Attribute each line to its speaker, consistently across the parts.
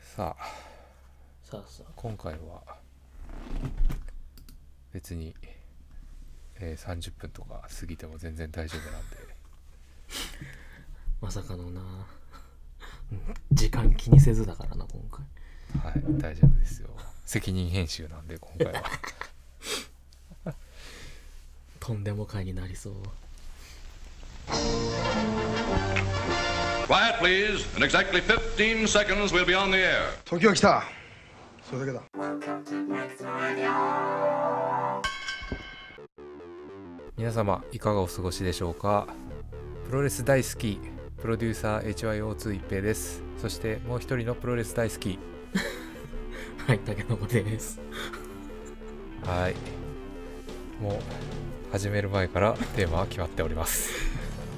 Speaker 1: さあ
Speaker 2: さあさあ
Speaker 1: 今回は別に、えー30分とか過ぎても全然大丈夫なんで
Speaker 2: まさかのな 時間気にせずだからな今回
Speaker 1: はい大丈夫ですよ責任編集なんで今回は
Speaker 2: とんでも会になりそう
Speaker 3: Quiet, please. In exactly 15 seconds, we'll be on the air.
Speaker 4: 時は来たそれだけだ
Speaker 1: 皆様いかがお過ごしでしょうかプロレス大好きプロデューサー HYO2 一平ですそしてもう一人のプロレス大好き
Speaker 2: はい竹の子です
Speaker 1: はいもう始める前からテーマは決まっております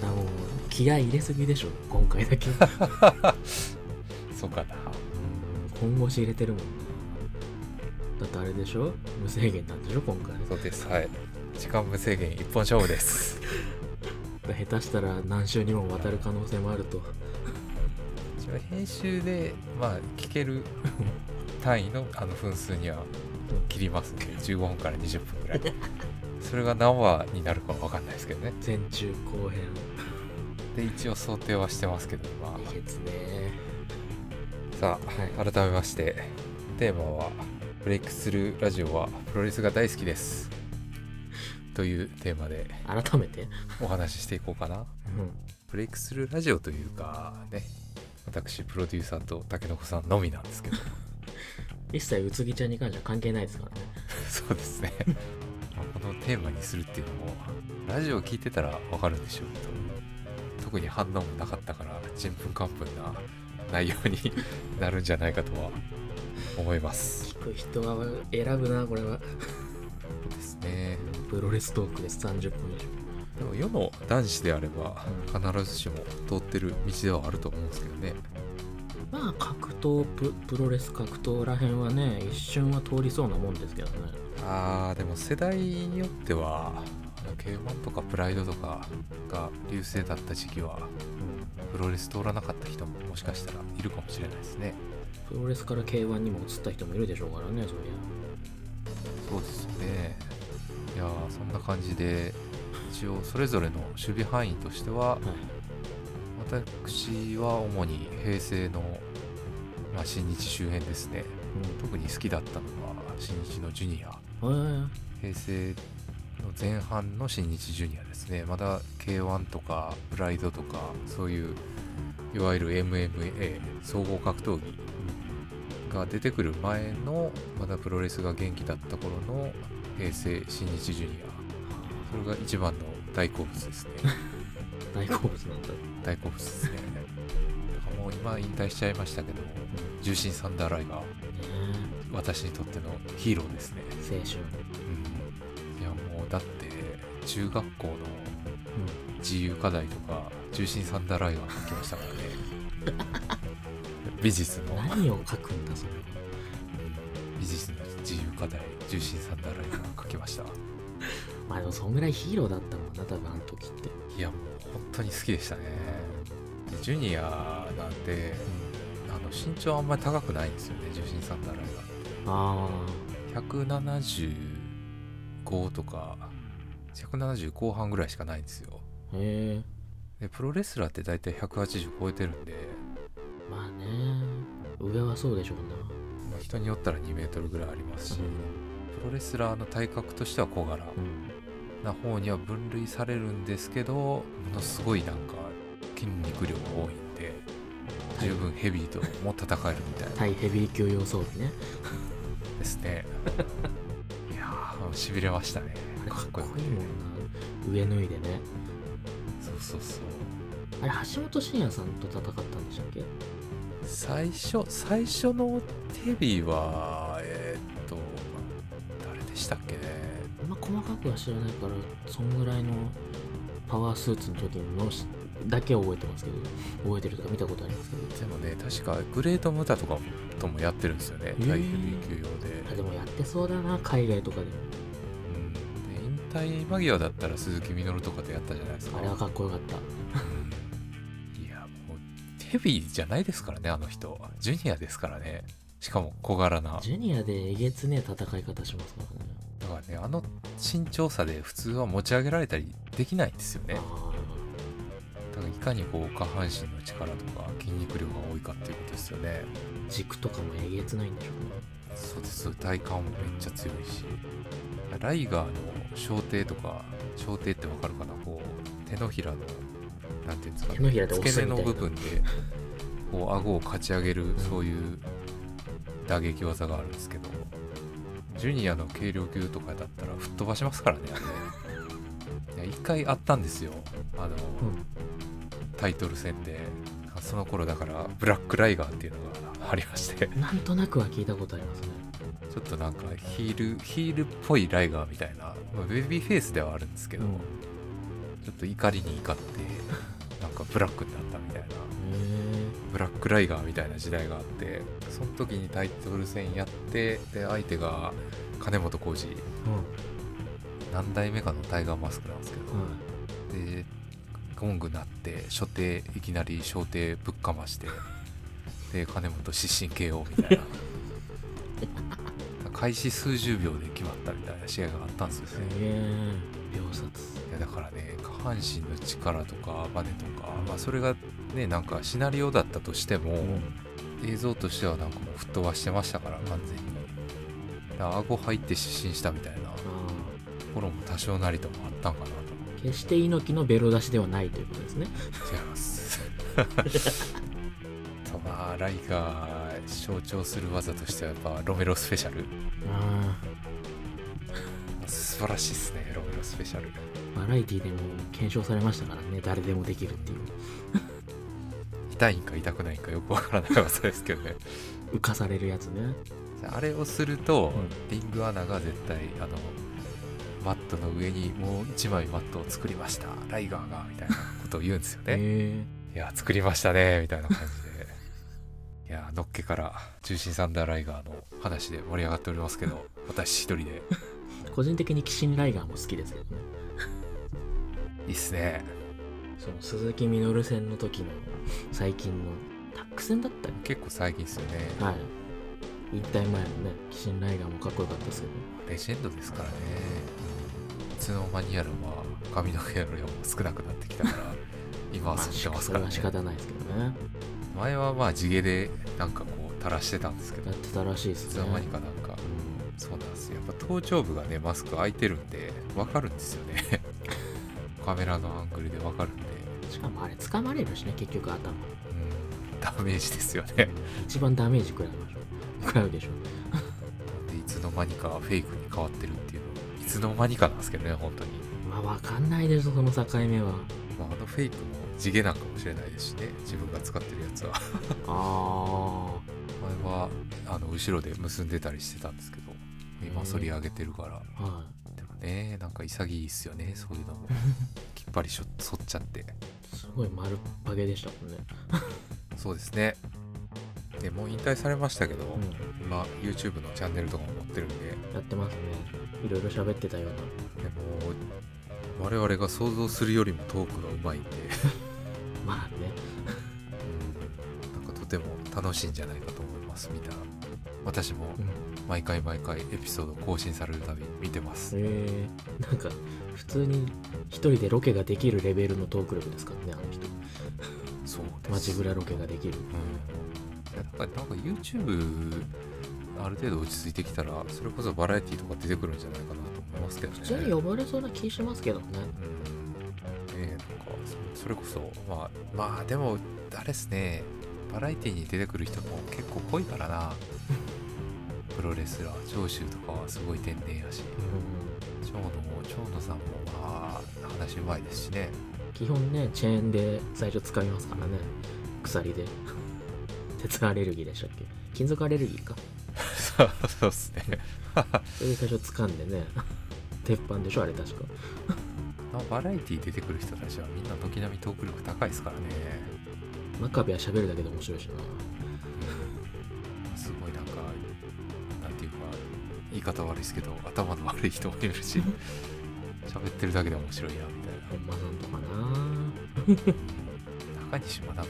Speaker 2: なもう気合い入れすぎでしょ今回だけ うん
Speaker 1: そうかな
Speaker 2: 本腰入れてるもんなだってあれでしょ無制限なんでしょ今回
Speaker 1: そうですはい時間無制限一本勝負です
Speaker 2: 下手したら何週にもわたる可能性もあると
Speaker 1: 一応編集でまあ聞ける 単位のあの分数には切りますんで15分から20分ぐらいそれが何話になるかは分かんないですけどね
Speaker 2: 前中後編
Speaker 1: で一応想定はしてますけど今
Speaker 2: いいですね
Speaker 1: さあ、
Speaker 2: は
Speaker 1: 改めましてテーマは「ブレイクスルーラジオはプロレスが大好きです」というテーマで
Speaker 2: 改めて
Speaker 1: お話ししていこうかな
Speaker 2: う
Speaker 1: ブレイクスルーラジオというかね私プロデューサーと竹の子さんのみなんですけど
Speaker 2: ん一切うつぎちゃんに関しては関係ないですからね
Speaker 1: そうですねこのテーマにするっていうのもラジオ聞いてたらわかるんでしょうけど特に反応もなかったからちんぷんかんぷんな内容に なるんじゃないかとは思います
Speaker 2: 聞く人は選ぶなこれは
Speaker 1: ですね
Speaker 2: プロレストークです30分以上
Speaker 1: でも世の男子であれば必ずしも通ってる道ではあると思うんですけどね
Speaker 2: まあ格闘ププロレス格闘らへんはね一瞬は通りそうなもんですけどね
Speaker 1: あーでも世代によっては k 1とかプライドとかが流星だった時期はプロレス通らなかった人ももしかしたらいるかもしれないですね
Speaker 2: プロレスから K1 にも移った人もいるでしょうからねそり
Speaker 1: そうですねいやーそんな感じで一応それぞれの守備範囲としては
Speaker 2: ゃはい
Speaker 1: 私は主に平成の、まあ、新日周辺ですね特に好きだったのは新日のジュニア
Speaker 2: うんへ
Speaker 1: 平成の前半の新日ジュニアですねまだ K1 とかプライドとかそういういわゆる MMA 総合格闘技が出てくる前のまだプロレスが元気だった頃の平成新日ジュニアそれが一番の大好物ですね
Speaker 2: え大好物なんだ
Speaker 1: 大好物ですねだからもう今引退しちゃいましたけど重心サンダーライが
Speaker 2: ね
Speaker 1: 私にとってのヒーローですね
Speaker 2: 青春
Speaker 1: うんいやもうだって中学校の
Speaker 2: う
Speaker 1: 自由課題とか重心サンダーライガー書きましたからね美術の
Speaker 2: 何を書くんだそれは
Speaker 1: 美術の自由課題重心サンダーライガー書きました
Speaker 2: まあでもそんぐらいヒーローだったもんな多分あの時って
Speaker 1: いやもう本当に好きでしたねでジュニアなんてあの身長あんまり高くないんですよね重心サンダーライ
Speaker 2: あ
Speaker 1: ガー175とか170後半ぐらいしかないんですよ
Speaker 2: あへえ
Speaker 1: でプロレスラーって大体180超えてるんで、
Speaker 2: まあね上はそうでしょう
Speaker 1: まあ人によったら2メートルぐらいありますし、プロレスラーの体格としては小柄
Speaker 2: なうん
Speaker 1: な方には分類されるんですけどものすごいなんか筋肉量が多いんで
Speaker 2: はい
Speaker 1: 十分ヘビーとも戦えるみたいな
Speaker 2: 対ヘビー級用装備ね
Speaker 1: ですね いやーしびれましたね
Speaker 2: あれ
Speaker 1: か
Speaker 2: か
Speaker 1: っ
Speaker 2: っ
Speaker 1: こよ
Speaker 2: こ
Speaker 1: くて
Speaker 2: いいもんな上脱いでね
Speaker 1: そうそうそう
Speaker 2: あれ橋本真也さんと戦ったんでしたっけ
Speaker 1: 最初最初のヘビーはえーっと誰でしたっけね
Speaker 2: あんま細かくは知らないからそんぐらいのパワースーツの時のしだけは覚えてますけど覚えてるとか見たことありますけど
Speaker 1: でもね確かグレートムタとかともやってるんですよね
Speaker 2: えー
Speaker 1: 大ヘビー級用で,、
Speaker 2: あでもやってそうだな海外とかでも
Speaker 1: うん、で引退間際だったら鈴木みのるとかとやったじゃないですか
Speaker 2: あれはかっこよかった
Speaker 1: うんいやもうヘビーじゃないですからねあの人ジュニアですからねしかも小柄な
Speaker 2: ジュニアでえげつねえ戦い方しますからね
Speaker 1: だからねあの身長差で普通は持ち上げられたりできないんですよね
Speaker 2: あ
Speaker 1: だからいかにこう下半身の力とか筋肉量が多いかっていうことですよね
Speaker 2: ー軸とかもえげつないんでしょ
Speaker 1: そうです体幹もめっちゃ強いしライガーの小艇とか小艇ってわかるかなこう手のひらのなんていうんですか
Speaker 2: 手のひらで押
Speaker 1: 付
Speaker 2: す
Speaker 1: け
Speaker 2: み
Speaker 1: 根
Speaker 2: たい
Speaker 1: の
Speaker 2: な
Speaker 1: 部分でこう顎をかち上げるそういう打撃技があるんですけどジュニアの軽量級とかだったら吹っ飛ばしますからねあ れいや一回あったんですよあの、
Speaker 2: うん
Speaker 1: タイトル戦でその頃だからブラックライガーっていうのがありまして
Speaker 2: うねなんとなくは聞いたことありますね
Speaker 1: ちょっとなんかヒールヒールっぽいライガーみたいな、まあ、ベビーフェイスではあるんですけど、
Speaker 2: うん
Speaker 1: ちょっと怒りに怒って なんかブラックになったみたいな
Speaker 2: へ
Speaker 1: ブラックライガーみたいな時代があってその時にタイトル戦やってで相手が金本浩二
Speaker 2: えうん
Speaker 1: 何代目かのタイガーマスクなんですけど、
Speaker 2: は
Speaker 1: でゴング鳴って初手いきなり小手ぶっかましてで金本失神 KO みたいな 開始数十秒で決まったみたいな試合があったんですよね
Speaker 2: いへえ秒殺
Speaker 1: いやだからね下半身の力とかバネとか、まあ、それがねなんかシナリオだったとしても、映像としてはなんかもう吹っ飛ばしてましたから完全にだから顎入って失神したみたいなと
Speaker 2: ああ
Speaker 1: ころも多少なりともあったんかなと
Speaker 2: 決して猪木のベロ出しではないということですね
Speaker 1: 違います とまあライが象徴する技としてはやっぱロメロスペシャル
Speaker 2: あ
Speaker 1: 素晴らしいですねロメロスペシャル
Speaker 2: あバラエティでも検証されましたからね誰でもできるっていう
Speaker 1: 痛いんか痛くないんかよくわからない技ですけどね
Speaker 2: 浮かされるやつね
Speaker 1: あれをすると、
Speaker 2: うん
Speaker 1: リングアナが絶対あのマットの上にもう一枚マットを作りましたライガーがみたいなことを言うんですよね
Speaker 2: へえ
Speaker 1: いや作りましたねみたいな感じでいやのっけから中心サンダーライガーの話で盛り上がっておりますけど私一人で
Speaker 2: 個人的にキシンライガーも好きですけどね
Speaker 1: いいっすね
Speaker 2: その鈴木みのる戦の時の最近のタック戦だったり
Speaker 1: 結構最近っすよね
Speaker 2: はい引退前のねキシンライガーもかっこよかったですけど
Speaker 1: レジェンドですからねいつの間にやらまあ髪の毛の量も少なくなってきた から今は吸ってます
Speaker 2: そ
Speaker 1: から
Speaker 2: れは
Speaker 1: ね
Speaker 2: 仕方ないですけどね
Speaker 1: 前はまあ地毛でなんかこう垂らしてたんですけど
Speaker 2: や
Speaker 1: い
Speaker 2: ってたらしいです
Speaker 1: つ
Speaker 2: ね
Speaker 1: の間にかなんかそうなんですよやっぱ頭頂部がねマスク開いてるんでわかるんですよ ねカメラのアングルでわかるんで
Speaker 2: しかもあれ掴まれるしね結局頭
Speaker 1: うんダメージですよね
Speaker 2: 一番ダメージ食らいましょう食らうでしょ
Speaker 1: でいつの間にかフェイクに変わってるっていうのいつの間にかなんですけどね本当に、
Speaker 2: まあわかんないですその境目は
Speaker 1: まあ、あのフェイクも地毛なんかもしれないですしね自分が使ってるやつは
Speaker 2: あ
Speaker 1: 前はあの後ろで結んでたりしてたんですけど今反り上げてるから
Speaker 2: あはい
Speaker 1: でもねなんか潔いっすよねそういうの もきっぱりしょ反っちゃって
Speaker 2: すごい丸っぱげでしたもんね、
Speaker 1: そうですねでもう引退されましたけど、
Speaker 2: う
Speaker 1: 今 YouTube のチャンネルとかも持ってるんで
Speaker 2: ん、やってますねいろいろ喋ってたよう
Speaker 1: でも我々が想像するよりもトークがうまいんで
Speaker 2: なまあね
Speaker 1: うんなんかとても楽しいんじゃないかと思います見た私も
Speaker 2: うん
Speaker 1: 毎回毎回エピソード更新されるたび見てます
Speaker 2: えー、なんか普通に一人でロケができるレベルのトーク力ですからねあの人
Speaker 1: そうです
Speaker 2: 街ぶらロケができる
Speaker 1: うんいやなんかなんか YouTube ある程度落ち着いてきたらそれこそバラエティとか出てくるんじゃないかなと思いますけどね。
Speaker 2: 普通に呼ばれそうな気しますけどね
Speaker 1: うんねえなんかそそれこそまあまあでもあれですねバラエティに出てくる人も結構濃いから なプロレスラー長州とかはすごい天然やし
Speaker 2: うん
Speaker 1: 長野も長野さんもまあ話うまいですし ね
Speaker 2: 基本ねチェーンで最初掴みますからね鎖で 鉄アレルギーでしたっけ金属アレルギーか
Speaker 1: そうそうっすね
Speaker 2: それで最初掴んでね 鉄板でしょあれ確か
Speaker 1: バラエティ出てくる人たちはみんな軒並みトーク力高いですからね
Speaker 2: 真壁は喋るだけで面白いしな
Speaker 1: すごいなんかなんていうか言い方悪いですけど頭の悪い人もいるし 喋ってるだけで面白いなみたいな
Speaker 2: 本間さんとかな
Speaker 1: 中西学とかも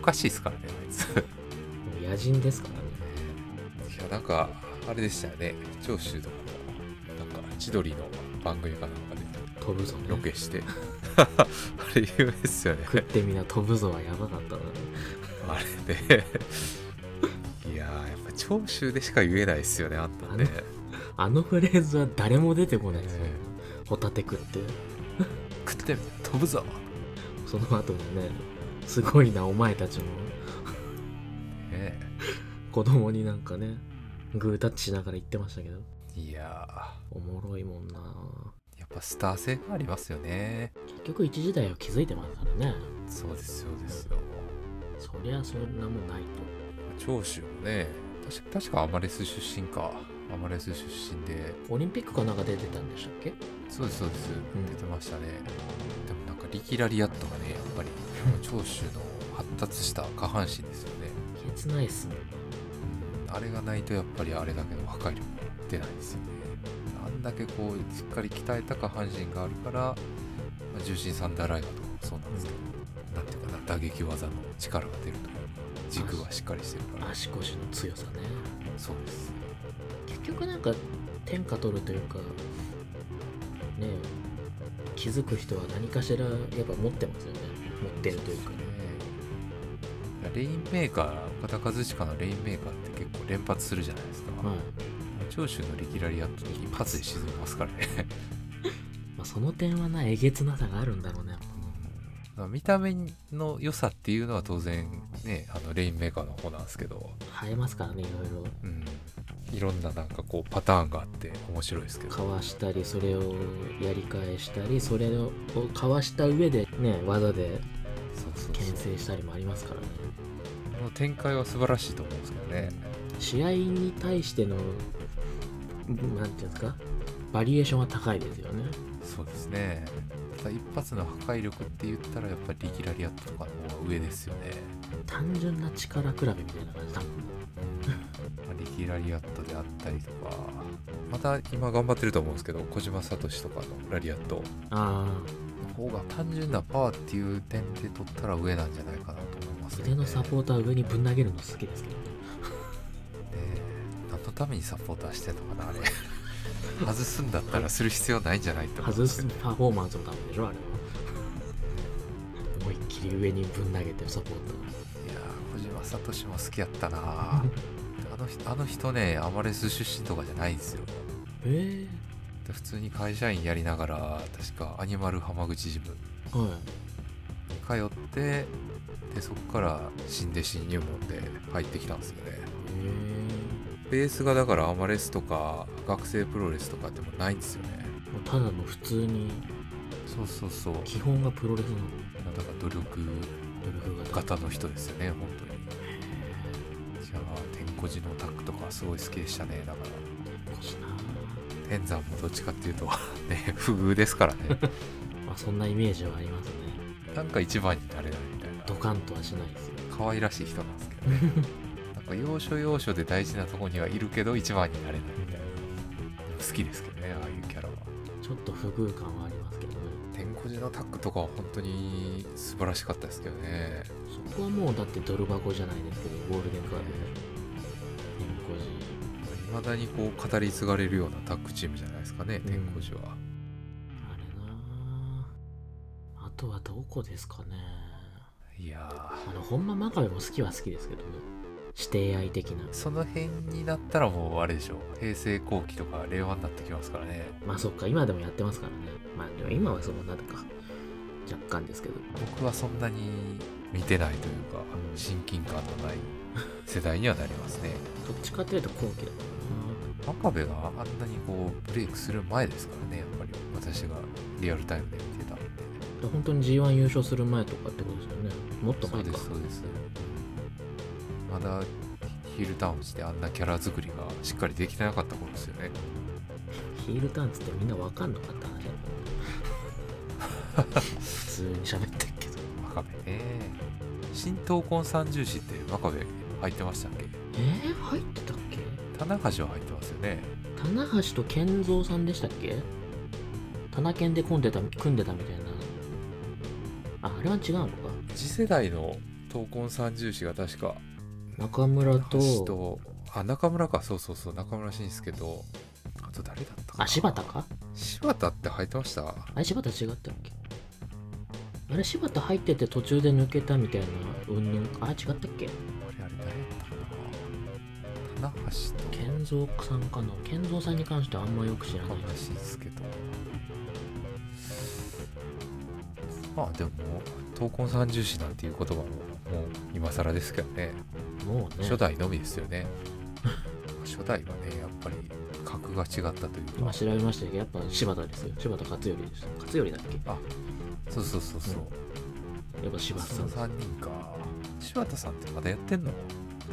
Speaker 1: おかしいですからねあいつ
Speaker 2: もう野人ですからね
Speaker 1: いやなんかあれでしたよね長州とかもなんか千鳥の番組かなんかで
Speaker 2: 飛ぶぞ
Speaker 1: ロ
Speaker 2: ね
Speaker 1: ケして あれ有名ですよね
Speaker 2: 食ってみな飛ぶぞはやばかったな
Speaker 1: あれね いやーやっぱ長州でしか言えないですよねあんたね
Speaker 2: あのフレーズは誰も出てこないですよ、
Speaker 1: え
Speaker 2: ホタテ食って
Speaker 1: 食って飛ぶぞ、
Speaker 2: その後にねすごいなお前たちも
Speaker 1: ね
Speaker 2: 子供になんかねグータッチしながら言ってましたけど
Speaker 1: え、いや
Speaker 2: おもろいもんな
Speaker 1: ーやっぱスター性がありますよね
Speaker 2: 結局一時代を築いてますからね
Speaker 1: そうですそうですよ
Speaker 2: そりゃそんなもんない
Speaker 1: 長州もね確か確かアマレス出身かアマレス出身で
Speaker 2: とオリンピックかなんか出てたんでしたっけ
Speaker 1: そうですそうです、
Speaker 2: うん
Speaker 1: 出てましたねでもなんかリキラリアットがねやっぱり長州の発達した下半身ですよね、
Speaker 2: ケツないっすもんな
Speaker 1: うんあれがないとやっぱりあれだけの破壊力が出ないですよねあんだけこうしっかり鍛えた下半身があるから、まあ重心サンダーライナーとかもそうなんですけど、なんていうかな打撃技の力が出るというか軸がしっかりしてるから
Speaker 2: 足腰の強さね
Speaker 1: そうです
Speaker 2: 結局なんか天下取るというかね気づく人は何かしらやっぱ持ってますよね持ってるというかね
Speaker 1: えーレインメーカー岡田和親のレインメーカーって結構連発するじゃないですか、
Speaker 2: はい、
Speaker 1: 長州のリキラリアットに一発で沈みますからね
Speaker 2: まあ、その点はなえげつなさがあるんだろうね
Speaker 1: まあ見た目の良さっていうのは当然ねあのレインメーカーの方なんですけど、
Speaker 2: 生えますからねいろい
Speaker 1: うん、いろんななんかこうパターンがあって面白いですけ
Speaker 2: ろ
Speaker 1: ど
Speaker 2: かわしたりそれをやり返したりそれをかわした上でね技で
Speaker 1: そうそう
Speaker 2: 牽
Speaker 1: そう
Speaker 2: 制したりもありますからね
Speaker 1: この展開は素晴らしいと思うんですけどね、
Speaker 2: 試合に対してのうんなんていうんですかバリエーションは高いですよね
Speaker 1: そうですねただ一発の破壊力って言ったらやっぱりリキラリアットとかの方が上ですよね
Speaker 2: 単純な力比べみたいな感じだもんね
Speaker 1: まあリキラリアットであったりとかまた今頑張ってると思うんですけど小島聡とかのラリアット
Speaker 2: あ
Speaker 1: の方が単純なパワーっていう点で取ったら上なんじゃないかなと思いますけ
Speaker 2: あ
Speaker 1: ど
Speaker 2: 腕
Speaker 1: ね
Speaker 2: のサポーター上にぶん投げるの好きですけどね
Speaker 1: ねえ何のためにサポーターしてんのかな あれ外すんだったらする必要ないんじゃないって思うん
Speaker 2: 外
Speaker 1: です
Speaker 2: す
Speaker 1: けど
Speaker 2: パフォーマンスのためでしょあれは思いっきり上にぶん投げてサポーター
Speaker 1: いやー小島聡も好きやった なああの人あの人ねアマレス出身とかじゃないんですよ
Speaker 2: え
Speaker 1: で普通に会社員やりながら確かアニマル浜口ジムに
Speaker 2: えはい
Speaker 1: 通ってでそこから新弟子入門で入ってきたんですよね
Speaker 2: え
Speaker 1: ベースがだからアマレスとか学生プロレスとかってもうないんですよね
Speaker 2: えもうただの普通に
Speaker 1: そうそうそう
Speaker 2: 基本がプロレスの
Speaker 1: だから努力
Speaker 2: 努力型
Speaker 1: 型の人ですよね本当にじゃあ天狗寺のタックとかすごい好きでしたねだから
Speaker 2: 腰な
Speaker 1: 天山もどっちかっていうと ね不遇ですからね
Speaker 2: まあそんなイメージはありますね
Speaker 1: なんか一番になれないみたいな
Speaker 2: ドカンとはしないですよ
Speaker 1: 可愛らしい人なんですけど ねなんか要所要所で大事なとこにはいるけど一番になれないみたいな好きですけどねああいうキャラは
Speaker 2: ちょっと不遇感はありますけどね
Speaker 1: 天狗寺のタックとかは本当に素晴らしかったですけどね
Speaker 2: そこはもうだってドル箱じゃないですけどゴールデンカードで
Speaker 1: いまだにこう語り継がれるようなタッグチームじゃないですかね
Speaker 2: うん
Speaker 1: 天狗寺は、
Speaker 2: あれなあとはどこですかね
Speaker 1: いやー
Speaker 2: あの本間真壁も好きは好きですけどね指定愛的な
Speaker 1: その辺になったらもうあれでしょ平成後期とか令和になってきますからね
Speaker 2: まあそっか今でもやってますからねまあでも今はそのなんか若干ですけど
Speaker 1: 僕はそんなに見てないというか親近感のない世代にはなりますね
Speaker 2: どっちかというと後期だから
Speaker 1: 真壁があんなにこうブレイクする前ですからねやっぱり私がリアルタイムで見てたんで
Speaker 2: な本当に G1 優勝する前とかってことですよねもっと
Speaker 1: そ
Speaker 2: 前
Speaker 1: う
Speaker 2: か
Speaker 1: ですそうですまだヒールタウンしてあんなキャラ作りがしっかりできてなかった頃ですよね
Speaker 2: ヒールターンつってみんなわかんのかって話 だった普通に喋ってるけど
Speaker 1: 真壁ね新闘魂三重士って真壁入ってましたっけ
Speaker 2: えー、入ってたっけ
Speaker 1: 棚橋は入ってますよね
Speaker 2: 棚橋と健三さんでしたっけ棚健で組んでた組んでたみたいなああれは違うのか
Speaker 1: 次世代の闘魂三重士が確か
Speaker 2: 中村
Speaker 1: 橋
Speaker 2: と
Speaker 1: とあ中村かそうそうそう中村慎介とあと誰だったかな
Speaker 2: あ柴田か
Speaker 1: 柴田って入ってました
Speaker 2: あれ柴田違ったっけあれ柴田入ってて途中で抜けたみたいなうんぬんあ
Speaker 1: あ
Speaker 2: れ違ったっけ
Speaker 1: れあれ誰だったかな棚橋と
Speaker 2: 健三さんかな健三さんに関してはあんまよく知らな
Speaker 1: 中
Speaker 2: い
Speaker 1: 村慎介とまあでも闘魂三重士なんていう言葉ももう今更ですけどね
Speaker 2: もうね
Speaker 1: 初代のみですよね 初代はねやっぱり格が違ったという
Speaker 2: 今
Speaker 1: か
Speaker 2: 調べましたけどやっぱ柴田ですよ柴田勝頼でした勝頼だっ
Speaker 1: そうそうそうそう、
Speaker 2: けやっぱ柴田
Speaker 1: そ
Speaker 2: さ
Speaker 1: の
Speaker 2: ん
Speaker 1: 3人か柴田さんってまだやってんの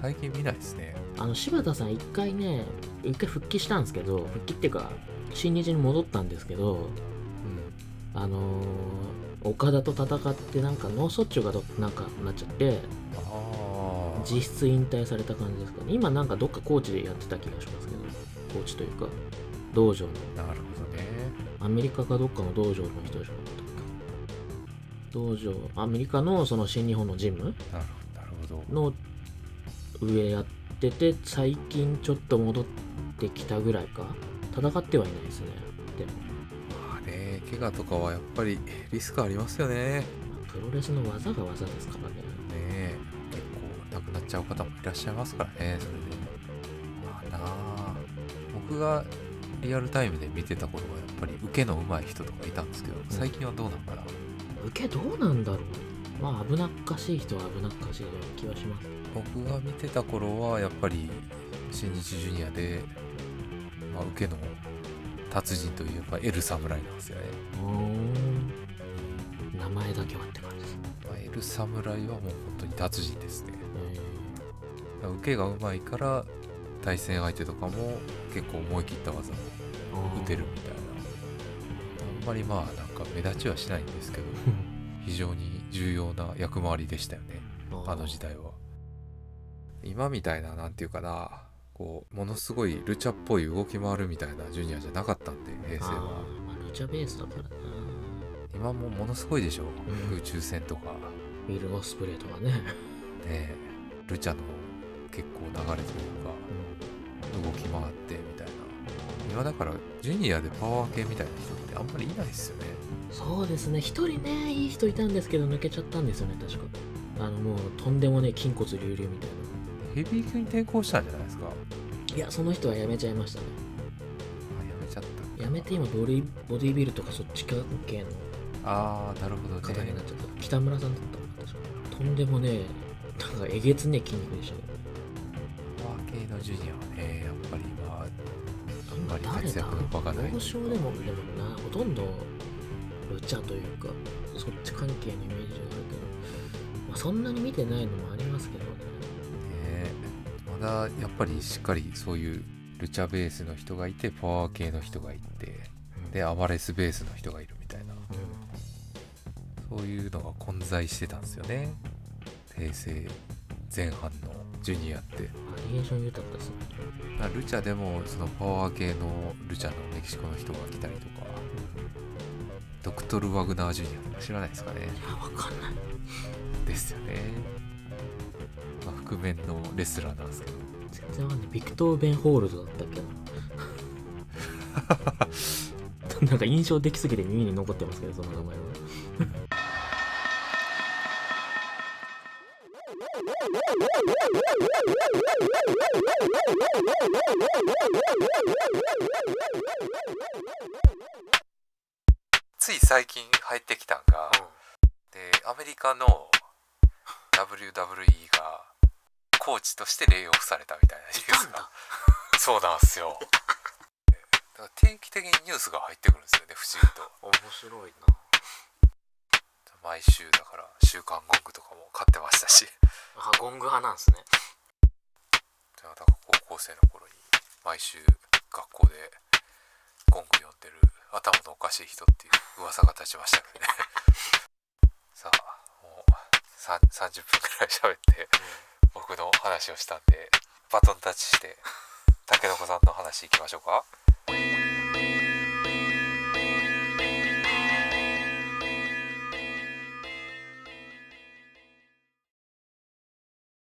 Speaker 1: 最近見ないですね
Speaker 2: あの柴田さん一回ね一回復帰したんですけど復帰っていうか新日に戻ったんですけど
Speaker 1: うん
Speaker 2: あのー岡田と戦ってなんか脳卒中がどなんかなっちゃって
Speaker 1: ああ
Speaker 2: 実質引退された感じですかね今なんかどっかコーチでやってた気がしますけどコーチというか道場の
Speaker 1: なるほどね
Speaker 2: アメリカかどっかの道場の人でしょ道場アメリカのその新日本のジム
Speaker 1: なるほどなるほど
Speaker 2: の上やってて最近ちょっと戻ってきたぐらいか戦ってはいないですねでも
Speaker 1: まあね怪我とかはやっぱりリスクありますよねね
Speaker 2: まあプロレスの技が技ですからね
Speaker 1: え結構亡くなっちゃう方もいらっしゃいますからねそれでまあなあ僕がリアルタイムで見てた頃はやっぱり受けの上手い人とかいたんですけど最近はどうなんかな、
Speaker 2: 受けどうなんだろうまあ危なっかしい人は危なっかしいような気はします
Speaker 1: 僕が見てた頃はやっぱり新日ジュニアで、まあ、受けの達人といえばエル侍なんですよね、
Speaker 2: うーん名前だけはって感じです、
Speaker 1: まあ、エル侍はもう本当に達人ですね
Speaker 2: え
Speaker 1: 受けがうまいから対戦相手とかも結構思い切った技を
Speaker 2: ー
Speaker 1: 打てるみたいなあんまりまあなんか目立ちはしないんです けど非常に重要な役回りでしたよねあの時代は今みたいななんていうかなこうものすごいルチャっぽい動き回るみたいなジュニアじゃなかったんで平
Speaker 2: あ
Speaker 1: 成
Speaker 2: ー
Speaker 1: は
Speaker 2: まあ、ルチャベースだからな
Speaker 1: 今もものすごいでしょ
Speaker 2: うん
Speaker 1: 空中戦とか
Speaker 2: ウィル・オスプレイと かね、
Speaker 1: ねえルチャの結構流れというか動き回ってみたいな今だからジュニアでパワー系みたいな人ってあんまりいないですよね
Speaker 2: そうですね一人ねいい人いたんですけど抜けちゃったんですよね確かあのもうとんでもねえ筋骨隆々みたい
Speaker 1: ヘビー級に転向したんじゃないですか
Speaker 2: ないやその人は辞めちゃいましたね
Speaker 1: あやめちゃっ
Speaker 2: 辞めて今ボリボディビルとかそっち関係の
Speaker 1: たああなるほど
Speaker 2: 方に
Speaker 1: ね
Speaker 2: なっちゃった北村さんだったのかな確かとんでもねえなんかえげつねえ筋肉でしたね
Speaker 1: パワー系のジュニアはねやっぱりまあ
Speaker 2: なんか誰
Speaker 1: 活
Speaker 2: だ
Speaker 1: 躍の場がない
Speaker 2: 幼少でもでもなほとんどルチャというかそっち関係のイメージがあるけど、まあ、そんなに見てないのもありますけどね
Speaker 1: ねまだやっぱりしっかりそういうルチャベースの人がいてパワー系の人がいてでアマレスベースの人がいるみたいな
Speaker 2: う
Speaker 1: そういうのが混在してたんですよね平成前半のジュニアって
Speaker 2: んバリエーション豊かですね
Speaker 1: まあルチャでもそのパワー系のルチャのメキシコの人が来たりとかドクトル・ワグナー・ジュニアとか知らないですかね
Speaker 2: いやわかんない
Speaker 1: ですよね、まあ、覆面のレスラーなんですけど
Speaker 2: 全然わかんないビクトー・ベン・ホールズだったっけな なんか印象的すぎて耳に残ってますけどその名前は
Speaker 1: つい最近入ってきたんが、でアメリカの WWE がコーチとしてレイオフされたみたいなニュースがそうなんす よだから定期的にニュースが入ってくるんですよね不思議と
Speaker 2: 面白いな
Speaker 1: 毎週だから「週刊ゴング」とかも買ってましたし
Speaker 2: あゴング派なんですね
Speaker 1: だから高校生の頃に毎週学校でゴング読んでる頭のおかしい人っていう噂が立ちましたけどね さあもうさん30分くらい喋って僕の話をしたんでバトンタッチして竹の子さんの話いきましょうか